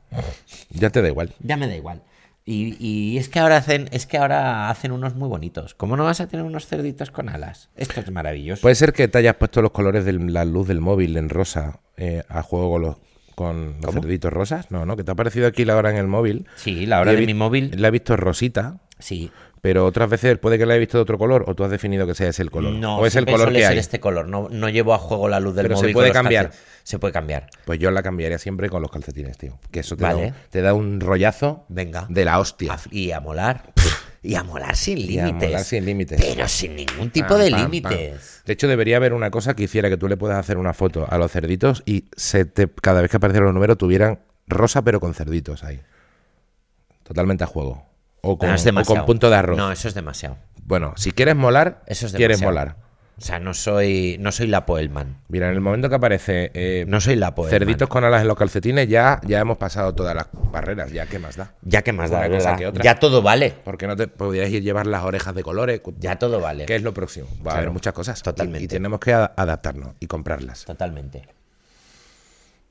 S2: ya te da igual.
S1: Ya me da igual. Y, y es que ahora hacen, es que ahora hacen unos muy bonitos. ¿Cómo no vas a tener unos cerditos con alas? Esto es maravilloso.
S2: Puede ser que te hayas puesto los colores de la luz del móvil en rosa eh, a juego con los, con los cerditos rosas. No, no, que te ha aparecido aquí la hora en el móvil.
S1: sí, la hora
S2: Y
S1: de
S2: he vi-
S1: mi móvil.
S2: La he visto rosita,
S1: Sí.
S2: pero otras veces puede que la he visto de otro color o tú has definido que sea ese el color.
S1: No,
S2: o es el
S1: siempre
S2: color
S1: suele
S2: que
S1: ser
S2: hay.
S1: este color. No, no llevo a juego la luz del
S2: Pero se
S1: móvil. con
S2: puede
S1: los
S2: cambiar.
S1: calcet- Se puede cambiar.
S2: Pues yo la cambiaría siempre con los calcetines, tío. Que eso te, da,
S1: Vale.
S2: un, te da un rollazo
S1: Venga.
S2: de la hostia.
S1: A- y a molar. y a molar sin
S2: Y a
S1: límites.
S2: molar sin límites.
S1: Pero sin ningún tipo
S2: Pam,
S1: de
S2: pam,
S1: límites.
S2: pam. De hecho, debería haber una cosa que hiciera que tú le puedas hacer una foto a los cerditos y se te, cada vez que aparecieran los números tuvieran rosa pero con cerditos ahí. Totalmente a juego. O con,
S1: No, es
S2: o
S1: demasiado.
S2: con punto de arroz.
S1: No, eso es demasiado.
S2: Bueno, si quieres molar,
S1: Eso es
S2: quieres
S1: demasiado.
S2: molar.
S1: O sea, no soy, no soy la Poelman.
S2: Mira, en el momento que aparece eh,
S1: No soy la Poelman.
S2: cerditos con alas en los calcetines, ya, ya hemos pasado todas las barreras. Ya, ¿qué más da?
S1: Ya que más da,
S2: Una cosa
S1: ¿verdad?
S2: que otra.
S1: Ya todo vale.
S2: Porque no te podrías ir llevar las orejas de colores.
S1: Ya todo vale.
S2: ¿Qué es lo próximo? Va a
S1: Claro.
S2: haber muchas cosas. Y- Y,
S1: Totalmente.
S2: tenemos que a- adaptarnos y comprarlas.
S1: Totalmente.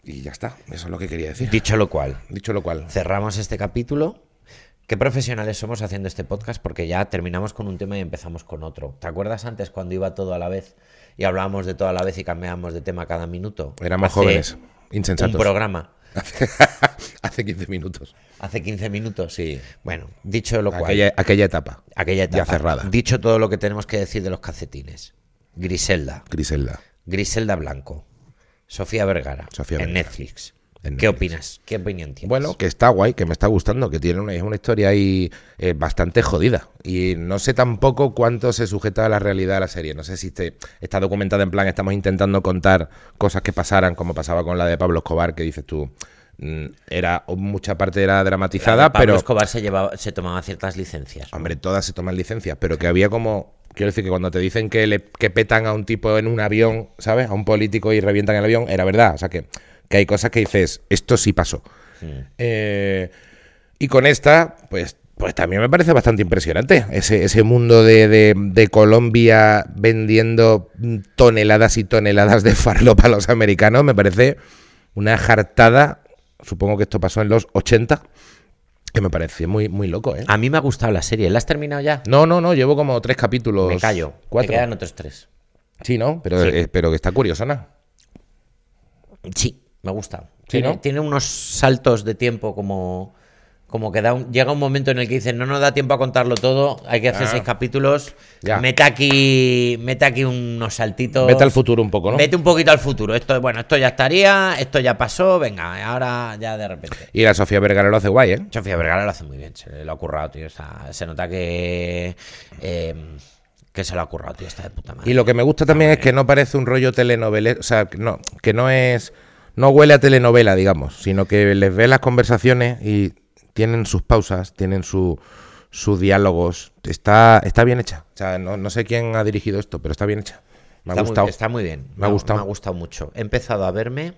S2: Y ya está. Eso es lo que quería decir.
S1: Dicho lo cual,
S2: Dicho lo cual,
S1: cerramos este capítulo. Qué profesionales somos haciendo este podcast porque ya terminamos con un tema y empezamos con otro. ¿Te acuerdas antes cuando iba todo a la vez y hablábamos de todo a la vez y cambiábamos de tema cada minuto?
S2: éramos
S1: Hace
S2: jóvenes,
S1: Un
S2: insensatos.
S1: programa,
S2: hace, (laughs) hace 15 minutos.
S1: hace 15 minutos.
S2: Sí.
S1: Bueno, dicho lo cual,
S2: Aquella, aquella etapa,
S1: aquella
S2: ya
S1: etapa.
S2: cerrada.
S1: Dicho todo lo que tenemos que decir de los calcetines. Griselda,
S2: Griselda.
S1: Griselda Blanco, Sofía Vergara,
S2: Sofía
S1: en
S2: Vergara.
S1: Netflix.
S2: en
S1: ¿Qué
S2: Netflix.
S1: opinas? ¿Qué opinión tienes?
S2: Bueno, que está guay, que me está gustando, que tiene una, es una historia ahí eh, bastante jodida. Y no sé tampoco cuánto se sujeta a la realidad de la serie. No sé si este- está documentada en plan, estamos intentando contar cosas que pasaran, como pasaba con la de Pablo Escobar, que dices tú, mm, era mucha parte era dramatizada,
S1: Pablo
S2: pero...
S1: Escobar se, llevaba, se tomaba ciertas licencias.
S2: Hombre, todas se toman licencias, pero que había como... Quiero decir que cuando te dicen que, le, que petan a un tipo en un avión, ¿sabes? A un político y revientan el avión, era verdad. O sea que, que hay cosas que dices, esto sí pasó. Eh, y con esta, pues, pues también me parece bastante impresionante. Ese, ese mundo de, de- de Colombia vendiendo mm, toneladas y toneladas de farlopa a los americanos me parece una jartada. Supongo que esto pasó en los 80, que me pareció muy, muy loco, ¿eh?
S1: A mí me ha gustado la serie. ¿La has terminado ya?
S2: No, no, no, llevo como tres capítulos.
S1: me callo.
S2: Cuatro.
S1: Te quedan otros tres.
S2: Sí, ¿no? Pero,
S1: Sí.
S2: eh, pero que está curiosa, ¿no?
S1: Sí, me gusta.
S2: Sí,
S1: tiene,
S2: ¿no?
S1: tiene unos saltos de tiempo como, como que da un- llega un momento en el que dicen no nos da tiempo a contarlo todo, hay que hacer
S2: Ah.
S1: seis capítulos,
S2: Ya.
S1: mete aquí, mete aquí unos saltitos.
S2: Vete al futuro un poco, ¿no?
S1: Vete un poquito al futuro. Esto, bueno, esto ya estaría, esto ya pasó, venga, ahora ya de repente.
S2: Y la Sofía Vergara lo hace guay, ¿eh?
S1: Sofía Vergara lo hace muy bien, se le ha currado, tío. o sea, se nota que, eh, que se lo ha currado, tío, está de puta madre.
S2: Y lo que me gusta también es que no parece un rollo telenovela, o sea, que no, que no es, no huele a telenovela, digamos, sino que les ve las conversaciones y tienen sus pausas, tienen su- sus diálogos, está, está bien hecha. O sea, no, no sé quién ha dirigido esto, pero está bien hecha. Me ha
S1: está
S2: gustado.
S1: Muy, está muy bien.
S2: Me ha gustado.
S1: Me ha gustado mucho. He empezado a verme.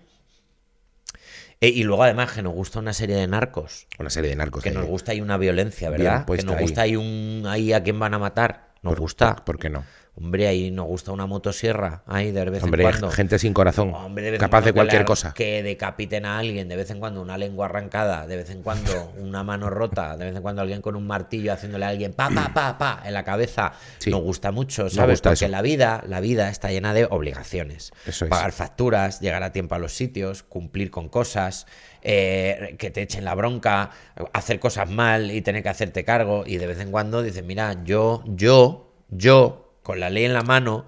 S1: Eh, y luego, además, que nos gusta una serie de narcos.
S2: Una serie de narcos.
S1: Que
S2: ahí,
S1: nos
S2: ¿eh?
S1: gusta ahí una violencia,
S2: Bien
S1: ¿verdad? Que
S2: puesta
S1: nos
S2: ahí.
S1: gusta ahí un. ahí a quién van a matar. Nos
S2: Por-
S1: gusta.
S2: por- ¿Por qué no?
S1: Hombre, ahí nos gusta una motosierra. Ahí de vez
S2: Hombre,
S1: en cuando.
S2: gente sin corazón,
S1: Hombre, de vez en
S2: capaz
S1: cuando
S2: de
S1: que
S2: cualquier
S1: la-
S2: cosa.
S1: Que decapiten a alguien, de vez en cuando una lengua arrancada, de vez en cuando una mano rota, de vez en cuando alguien con un martillo haciéndole a alguien pa, pa, pa, pa en la cabeza.
S2: Sí.
S1: Nos gusta mucho, ¿sabes?
S2: gusta
S1: Porque
S2: eso.
S1: la vida, la vida está llena de obligaciones.
S2: Eso es.
S1: Pagar facturas, llegar a tiempo a los sitios, cumplir con cosas, eh, que te echen la bronca, hacer cosas mal y tener que hacerte cargo. Y de vez en cuando dices, mira, yo, yo, yo, con la ley en la mano,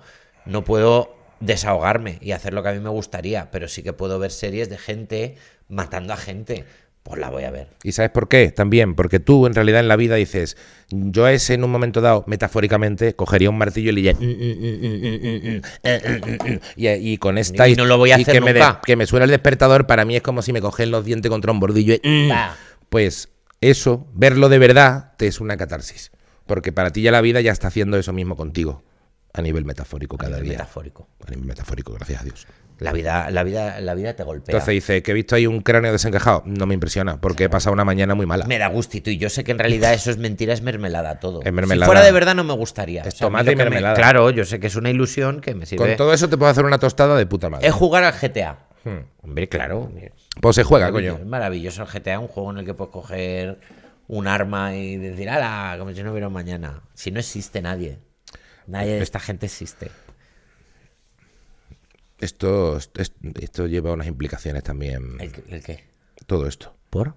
S1: no puedo desahogarme y hacer lo que a mí me gustaría, pero sí que puedo ver series de gente matando a gente. Pues la voy a ver.
S2: ¿Y sabes por qué? También, porque tú en realidad en la vida dices, yo a ese en un momento dado, metafóricamente, cogería un martillo y le diría, "Mm, mm, mm, mm, mm, mm, eh, mm, mm, mm", y, y con esta
S1: Y no lo voy a
S2: y
S1: hacer
S2: que, me
S1: nunca.
S2: de- que me suena el despertador, para mí es como si me cogen los dientes contra un bordillo. y, "Mm".
S1: Pa.
S2: Pues eso, verlo de verdad, te es una catarsis. Porque para ti ya la vida ya está haciendo eso mismo contigo, a nivel metafórico cada
S1: Es
S2: día.
S1: Metafórico.
S2: A nivel metafórico, gracias a Dios.
S1: La vida, la vida, la vida te golpea.
S2: Entonces dice, que he visto ahí un cráneo desencajado. No me impresiona, porque he pasado una mañana muy mala.
S1: Me da gustito y yo sé que en realidad eso es mentira, es mermelada todo.
S2: Es
S1: Si
S2: mermelada.
S1: fuera de verdad no me gustaría.
S2: Es
S1: a mí
S2: tomate
S1: lo
S2: y
S1: que me-
S2: mermelada.
S1: claro, yo sé que es una ilusión que me sirve.
S2: Con todo eso te puedo hacer una tostada de puta madre.
S1: Es jugar al GTA.
S2: Hmm.
S1: Hombre, claro. mira,
S2: Pues se juega,
S1: maravilloso,
S2: coño.
S1: Es maravilloso el GTA, un juego en el que puedes coger un arma y decir, ala, como si no hubiera un mañana. Si no existe nadie. Nadie de esta gente existe.
S2: Esto, es- esto lleva unas implicaciones también.
S1: ¿El, el qué?
S2: Todo esto.
S1: ¿Por?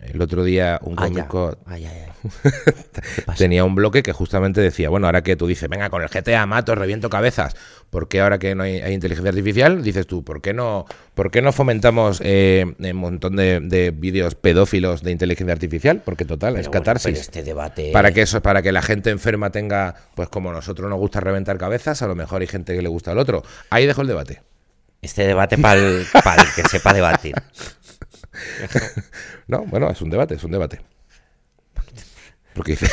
S2: El otro día un
S1: Ah, ya.
S2: cómico
S1: Ah, ya, ya.
S2: tenía un bloque que justamente decía, bueno, ahora que tú dices, venga, con el GTA mato, reviento cabezas, ¿por qué ahora que no hay, hay inteligencia artificial? Dices tú, ¿por qué no, por qué no fomentamos eh, un montón de, de vídeos pedófilos de inteligencia artificial? Porque total,
S1: Pero
S2: es
S1: bueno,
S2: catarsis.
S1: pero este debate.
S2: Para que eso, para que la gente enferma tenga, pues como nosotros nos gusta reventar cabezas, a lo mejor hay gente que le gusta al otro. Ahí dejo el debate.
S1: Este debate para el que sepa
S2: (laughs)
S1: debatir.
S2: No, bueno, es un debate, es un debate. Porque dice.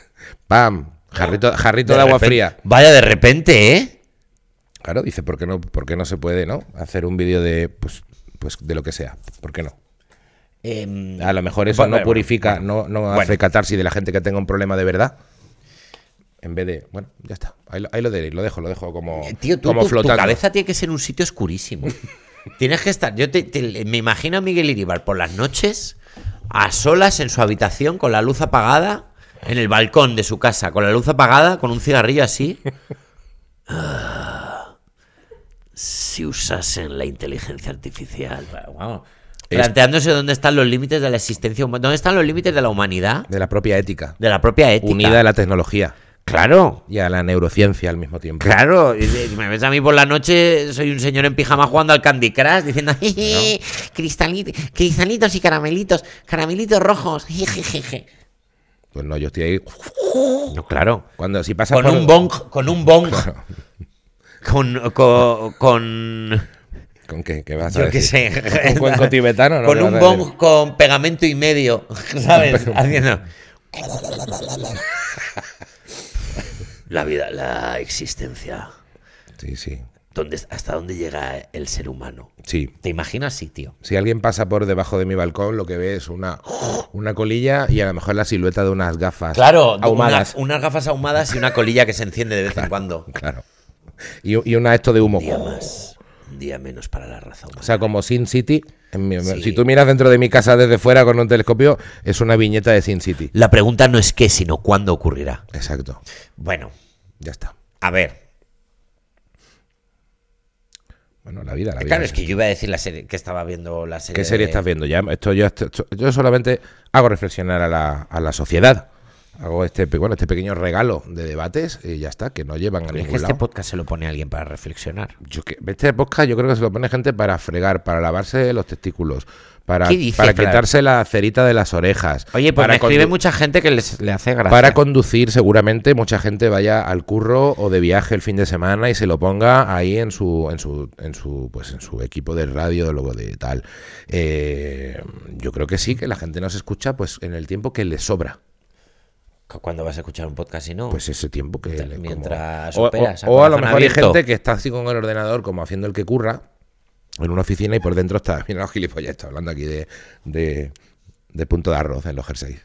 S2: (laughs) ¡Pam! Jarrito, jarrito de, agua
S1: repente-
S2: fría.
S1: Vaya de repente, ¿eh?
S2: Claro, dice, ¿por qué no, por qué no se puede, ¿no? Hacer un vídeo de. Pues, pues de lo que sea. ¿Por qué no?
S1: Em,
S2: A lo mejor eso
S1: Bueno,
S2: no
S1: bueno,
S2: purifica, no, no hace
S1: Bueno.
S2: catarsis de la gente que tenga un problema de verdad. En vez de. Bueno, ya está. Ahí lo, ahí lo de- lo dejo, lo dejo como,
S1: eh, tío, tú-
S2: como
S1: tu, tu
S2: flotando.
S1: cabeza tiene que ser un sitio
S2: (laughs)
S1: oscurísimo. Tienes que estar. Yo te- te- me imagino a Miguel Iribar por las noches, a solas en su habitación, con la luz apagada, en el balcón de su casa, con la luz apagada, con un cigarrillo así. Ah, si usasen la inteligencia artificial. Vamos.
S2: Es-
S1: Planteándose dónde están los límites de la existencia humana, dónde están los límites de la humanidad,
S2: De la propia ética.
S1: de la propia ética.
S2: Unida a la tecnología.
S1: Claro,
S2: y a la neurociencia al mismo tiempo.
S1: claro. y de- Me ves a mí por la noche, soy un señor en pijama jugando al Candy Crush diciendo (laughs) "Jeje, cristalito- cristalitos y caramelitos, caramelitos rojos. jejejeje".
S2: Pues no, yo estoy ahí.
S1: No, claro.
S2: Cuando si pasas
S1: Con
S2: por-
S1: un bong, con un bong. Con, con, con-
S2: ¿Con qué? ¿Qué vas a
S1: yo qué
S2: decir?
S1: sé.
S2: ¿Con un cuenco tibetano? ¿no?
S1: con
S2: ¿Qué
S1: un
S2: vas a decir?
S1: bong con pegamento y medio, ¿sabes? Haciendo. La vida, la existencia.
S2: Sí, sí.
S1: ¿Dónde, ¿Hasta dónde llega el ser humano?
S2: Sí.
S1: ¿Te imaginas así, tío?
S2: Si alguien pasa por debajo de mi balcón, lo que ve es una, una colilla y a lo mejor la silueta de unas gafas
S1: Claro,
S2: ahumadas.
S1: una- unas gafas ahumadas y una colilla que se enciende de vez en cuando.
S2: Claro. Y, y una esto de humo.
S1: Un día más, un día menos para la raza humana.
S2: O sea, como Sin City. en mi-
S1: Sí.
S2: Si tú miras dentro de mi casa desde fuera con un telescopio, es una viñeta de Sin City.
S1: La pregunta no es qué, sino cuándo ocurrirá.
S2: Exacto.
S1: Bueno,
S2: Ya está.
S1: a ver,
S2: Bueno, la vida, la vida.
S1: Claro, es que yo iba a decir la serie que estaba viendo la serie.
S2: ¿Qué serie
S1: de-
S2: estás viendo? Ya, esto, yo, esto- esto- yo solamente hago reflexionar a la, a la sociedad. Hago este, pe- bueno, este pequeño regalo de debates y ya está, que no llevan a
S1: Es
S2: ningún
S1: que este
S2: lado.
S1: podcast se lo pone alguien para reflexionar.
S2: Yo que- este podcast yo creo que se lo pone gente para fregar, para lavarse los testículos, para,
S1: ¿Qué dices,
S2: para
S1: Fran?
S2: quitarse la cerita de las orejas.
S1: Oye, pues
S2: para
S1: me escribe
S2: condu-
S1: mucha gente que les, le hace gracia.
S2: Para conducir, seguramente mucha gente vaya al curro o de viaje el fin de semana y se lo ponga ahí en su, en su, en su, pues en su equipo de radio, luego de tal. Eh, yo creo que sí, que la gente nos escucha pues en el tiempo que le sobra.
S1: Cuando vas a escuchar un podcast y no.
S2: Pues ese tiempo que le- como-
S1: Mientras
S2: o- o-
S1: operas, a
S2: o, a lo
S1: corazón
S2: mejor hay
S1: abierto.
S2: gente que está así con el ordenador, como haciendo el que curra, en una oficina y por dentro está, (laughs) mira los gilipollas, está hablando aquí de, de, de punto de arroz en los jerseys.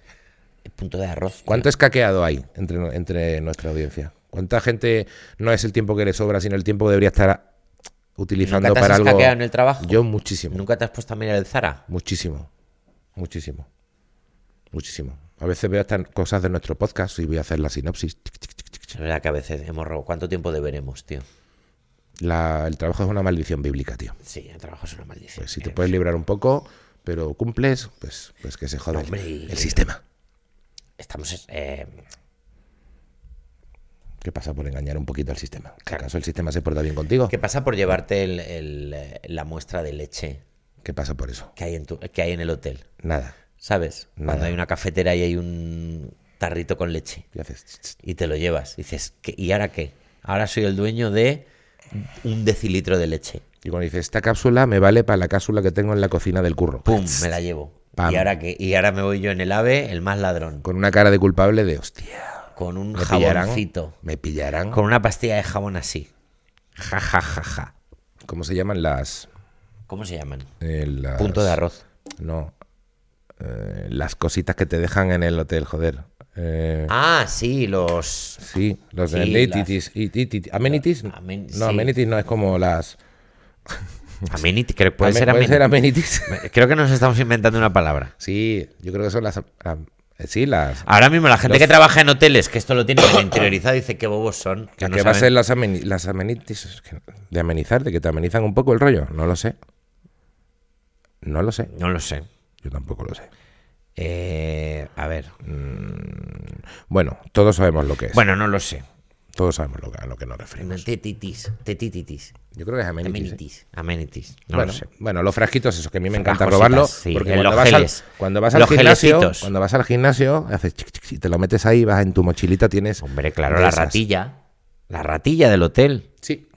S1: punto de arroz. tío.
S2: ¿Cuánto escaqueado hay entre, no- entre nuestra audiencia? ¿Cuánta gente no es el tiempo que le sobra, sino el tiempo que debería estar utilizando
S1: ¿Nunca te has
S2: para algo?
S1: escaqueado en el trabajo?
S2: Yo muchísimo,
S1: ¿Nunca te has puesto a mirar el Zara?
S2: muchísimo, muchísimo, muchísimo. A veces veo hasta cosas de nuestro podcast y voy a hacer la sinopsis. Tic, tic, tic, tic, tic.
S1: Es verdad que a veces hemos robado. ¿Cuánto tiempo deberemos, tío?
S2: La- el trabajo es una maldición bíblica, tío.
S1: Sí, el trabajo es una maldición.
S2: Pues si te
S1: Eh,
S2: puedes librar un poco, pero cumples, pues, pues que se joda el-
S1: Hombre, y-
S2: el sistema.
S1: Estamos. eh,
S2: ¿Qué pasa por engañar un poquito al sistema?
S1: Claro.
S2: ¿Acaso el sistema se porta bien contigo?
S1: ¿Qué pasa por llevarte el- el, eh, la muestra de leche
S2: ¿Qué pasa por eso?
S1: que hay en, tu- que hay en el hotel?
S2: Nada.
S1: ¿Sabes? Cuando
S2: Nada.
S1: hay una cafetera y hay un tarrito con leche.
S2: ¿Qué haces? Tss, tss.
S1: y te lo llevas. Dices, "¿Qué- ¿y ahora qué? Ahora soy el dueño de un decilitro de leche.
S2: Y cuando dices, esta cápsula me vale para la cápsula que tengo en la cocina del curro.
S1: ¡Pum! Me la llevo.
S2: Pam.
S1: ¿Y ahora qué? Y ahora me voy yo en el ave, el más ladrón,
S2: Con una cara de culpable de, hostia,
S1: con un
S2: me pillarán.
S1: jaboncito,
S2: Me pillarán.
S1: con una pastilla de jabón así. Ja, ja, ja, ja.
S2: ¿Cómo se llaman las...
S1: ¿Cómo se llaman?
S2: eh, las-
S1: Punto de arroz.
S2: No. Eh, las cositas que te dejan en el hotel, joder. Eh,
S1: Ah, sí,
S2: (laughs)
S1: los...
S2: Sí, los
S1: Sí,
S2: amenities. y- y- y- ¿Amenities?
S1: Amen-
S2: no,
S1: sí.
S2: amenities no es como las.
S1: Amenity, creo que puede
S2: Amen-
S1: ser
S2: ¿puede
S1: amen-
S2: ser amenities. (laughs)
S1: Creo que nos estamos inventando una palabra.
S2: sí, yo creo que son las. las- eh, sí, las.
S1: Ahora mismo la gente
S2: Los-
S1: que trabaja en hoteles, que esto lo
S2: (coughs)
S1: tiene (coughs) como interiorizado, dice qué bobos son. Que
S2: ¿Qué
S1: no
S2: va a
S1: saben-
S2: ser las, ameni- las amenities? Es que- De amenizar, de que te amenizan un poco el rollo. No lo sé. No lo sé.
S1: No lo sé.
S2: Yo tampoco lo sé.
S1: Eh, a ver.
S2: Bueno, todos sabemos lo que es.
S1: Bueno, no lo sé.
S2: Todos sabemos lo que, a lo que nos referimos.
S1: Tetititis, tetititis,
S2: Yo creo que es amenities. ¿eh?
S1: amenities, amenities, no
S2: bueno,
S1: lo sé.
S2: bueno, los frasquitos, esos que a mí me encanta
S1: Frascositas,
S2: robarlo.
S1: sí,
S2: porque
S1: en
S2: cuando,
S1: los
S2: vas al,
S1: geles.
S2: cuando vas al
S1: Los
S2: gimnasio,
S1: gelecitos.
S2: cuando vas al gimnasio, haces chic, chic, chic, te lo metes ahí, vas en tu mochilita, tienes.
S1: Hombre, claro,
S2: de
S1: la
S2: esas.
S1: ratilla, la ratilla del hotel.
S2: Sí.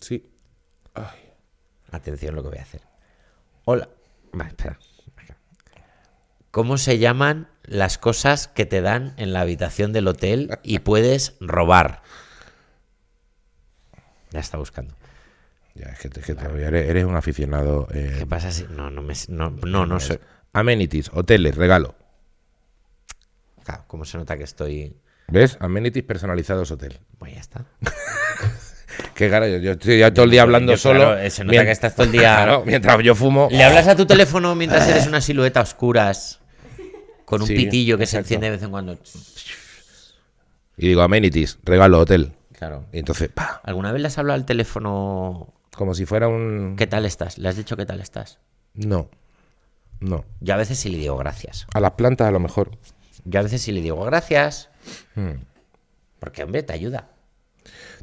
S2: Sí.
S1: Atención lo que voy a hacer. Hola. Vale, espera. ¿Cómo se llaman las cosas que te dan en la habitación del hotel y puedes robar? Ya está buscando.
S2: Ya, es que, te- que te- eres, eres un aficionado. eh,
S1: ¿Qué pasa si no no me no no, no sé?
S2: amenities, hoteles, regalo.
S1: Claro, cómo se nota que estoy.
S2: ¿Ves? Amenities personalizados, hotel.
S1: Bueno, ya está.
S2: Qué cara, yo, yo estoy ya todo el día hablando
S1: Yo,
S2: solo.
S1: claro, eh, se nota
S2: mien-
S1: que estás todo el día-
S2: (laughs) Claro, mientras yo fumo.
S1: Le hablas a tu teléfono mientras eres una silueta a oscuras, con un
S2: Sí,
S1: pitillo que se
S2: exacto.
S1: enciende de vez en cuando.
S2: Y digo, amenities, regalo, hotel.
S1: Claro.
S2: Y entonces, pa,
S1: ¿Alguna vez le has hablado al teléfono?
S2: como si fuera un.
S1: ¿Qué tal estás? ¿Le has dicho qué tal estás?
S2: No. No.
S1: Yo a veces sí le digo gracias.
S2: A las plantas a lo mejor.
S1: Yo a veces sí le digo gracias. Hmm. Porque, hombre, te ayuda.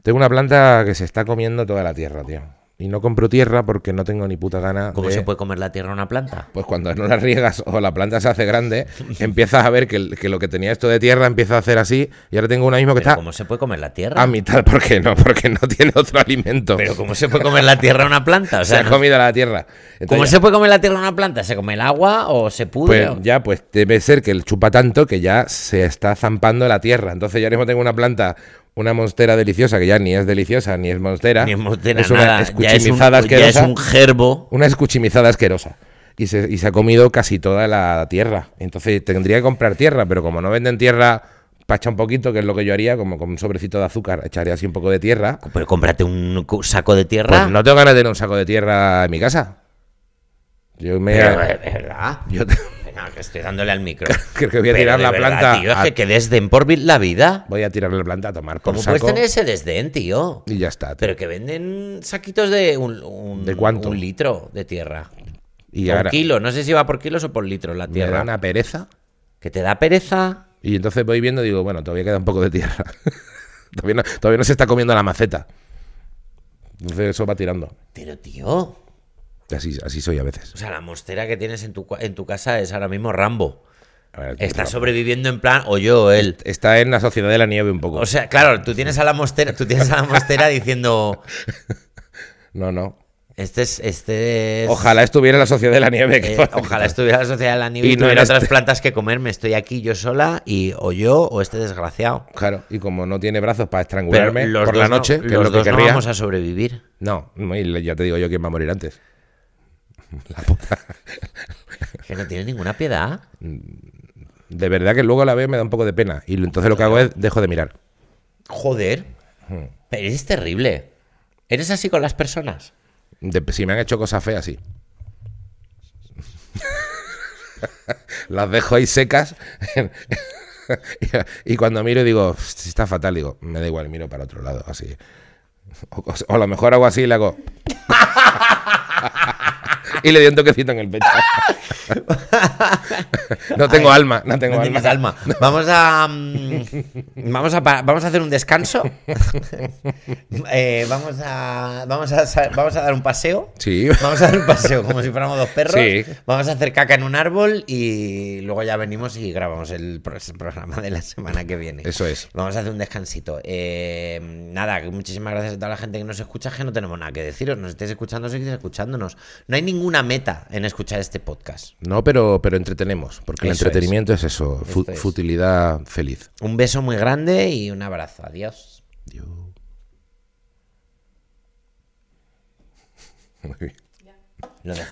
S2: Tengo una planta que se está comiendo toda la tierra, tío. Y no compro tierra porque no tengo ni puta gana.
S1: ¿Cómo
S2: de-
S1: se puede comer la tierra a una planta?
S2: Pues cuando no la riegas o la planta se hace grande, (laughs) empiezas a ver que, el- que lo que tenía esto de tierra empieza a hacer así. Y ahora tengo una misma que
S1: Pero
S2: está
S1: ¿Cómo se puede comer la tierra?
S2: a mitad. ¿Por qué no? Porque no tiene otro alimento.
S1: Pero ¿cómo se puede comer la tierra a una (laughs) planta? O
S2: se
S1: sea,
S2: ha
S1: no-
S2: comido la tierra.
S1: ¿cómo
S2: Entonces,
S1: se puede comer la tierra a una planta? ¿Se come el agua o se pudre?
S2: Pues
S1: o-
S2: ya, pues debe ser que el chupa tanto que ya se está zampando la tierra. Entonces yo ahora mismo tengo una planta, una monstera deliciosa, que ya ni es deliciosa ni es monstera.
S1: Ni hemos de nada.
S2: es una
S1: Ya es, un,
S2: escuchimizada
S1: ya es
S2: asquerosa.
S1: un gerbo.
S2: Una escuchimizada asquerosa. Y se, y se ha comido casi toda la tierra. Entonces tendría que comprar tierra, pero como no venden tierra, pacha un poquito, que es lo que yo haría, como con un sobrecito de azúcar, echaría así un poco de tierra.
S1: Pero cómprate un cu- saco de tierra.
S2: Pues no tengo ganas de tener un saco de tierra en mi casa. Yo me.
S1: Pero, eh, ¿Verdad?
S2: yo-
S1: Venga, que estoy dándole al micro.
S2: (laughs) Creo que voy a
S1: Pero
S2: tirar
S1: de
S2: la planta
S1: Tío, es
S2: a-
S1: que, que desdén por vi- la vida.
S2: Voy a tirar la planta a tomar por
S1: ¿Cómo
S2: saco
S1: puedes tener ese desdén, tío?
S2: y ya está. tío.
S1: Pero que venden saquitos de un, un-
S2: ¿De cuánto?
S1: un litro de tierra.
S2: y
S1: O
S2: ahora
S1: kilo, no sé si va por kilos o por litros la
S2: me da
S1: tierra.
S2: una pereza.
S1: Que te da pereza.
S2: Y entonces voy viendo y digo, bueno, todavía queda un poco de tierra. (laughs) todavía, no, todavía no se está comiendo la maceta. Entonces eso va tirando.
S1: Pero, tío.
S2: Así, así soy a veces.
S1: O sea, la monstera que tienes en tu, cua- en tu casa es ahora mismo Rambo.
S2: A ver,
S1: Está
S2: pero-
S1: sobreviviendo en plan, o yo o él.
S2: está en la sociedad de la nieve un poco.
S1: O sea, claro, tú tienes a la monstera, tú tienes a la monstera diciendo,
S2: no, no.
S1: este es, este es-
S2: Ojalá estuviera en la sociedad de la nieve. que-
S1: eh,
S2: (laughs)
S1: ojalá estuviera la sociedad de la nieve y,
S2: Y no
S1: tuviera
S2: en
S1: otras
S2: este.
S1: plantas que comerme. Estoy aquí yo sola y o yo o este desgraciado.
S2: Claro, y como no tiene brazos para
S1: Pero
S2: estrangularme
S1: los
S2: por
S1: dos
S2: la
S1: no-
S2: noche, que
S1: los
S2: es lo que
S1: dos no
S2: querría.
S1: vamos a sobrevivir.
S2: No, y ya te digo yo quién va a morir antes. La puta.
S1: Que no tiene ninguna piedad.
S2: De verdad que luego la veo y me da un poco de pena. Y entonces lo que hago es dejo de mirar.
S1: Joder.
S2: Hmm.
S1: Pero eres terrible. ¿Eres así con las personas?
S2: De- si me han hecho cosas feas, sí. (laughs) Las dejo ahí secas. (laughs) y, y cuando miro digo, si está fatal, digo, me da igual, miro para otro lado, así. O, o- o a lo mejor hago así y le hago. (laughs) y le doy un toquecito en el pecho. (laughs) no tengo alma, Eh, no tengo
S1: No
S2: alma.
S1: tienes alma. Vamos a. mm, vamos, a pa- vamos a hacer un
S2: (laughs)
S1: descanso. Eh, vamos, a, vamos, a, sa- vamos a dar un paseo.
S2: Sí.
S1: Vamos a dar un paseo como si fuéramos dos perros.
S2: Sí.
S1: Vamos a hacer caca en un árbol y luego ya venimos y grabamos el, pro- el programa de la semana que viene.
S2: Eso es.
S1: Vamos a hacer un descansito. Eh, nada, que muchísimas gracias a toda la gente que nos escucha, que no tenemos nada que deciros. Nos estáis escuchando, seguís escuchándonos. No hay ninguna meta en escuchar este podcast.
S2: No, pero, pero entretenemos, porque el
S1: Eso es.
S2: entretenimiento es, eso, fu-
S1: Esto es.
S2: futilidad feliz.
S1: Un beso muy grande y un abrazo. Adiós.
S2: Muy bien.
S1: Lo dejamos.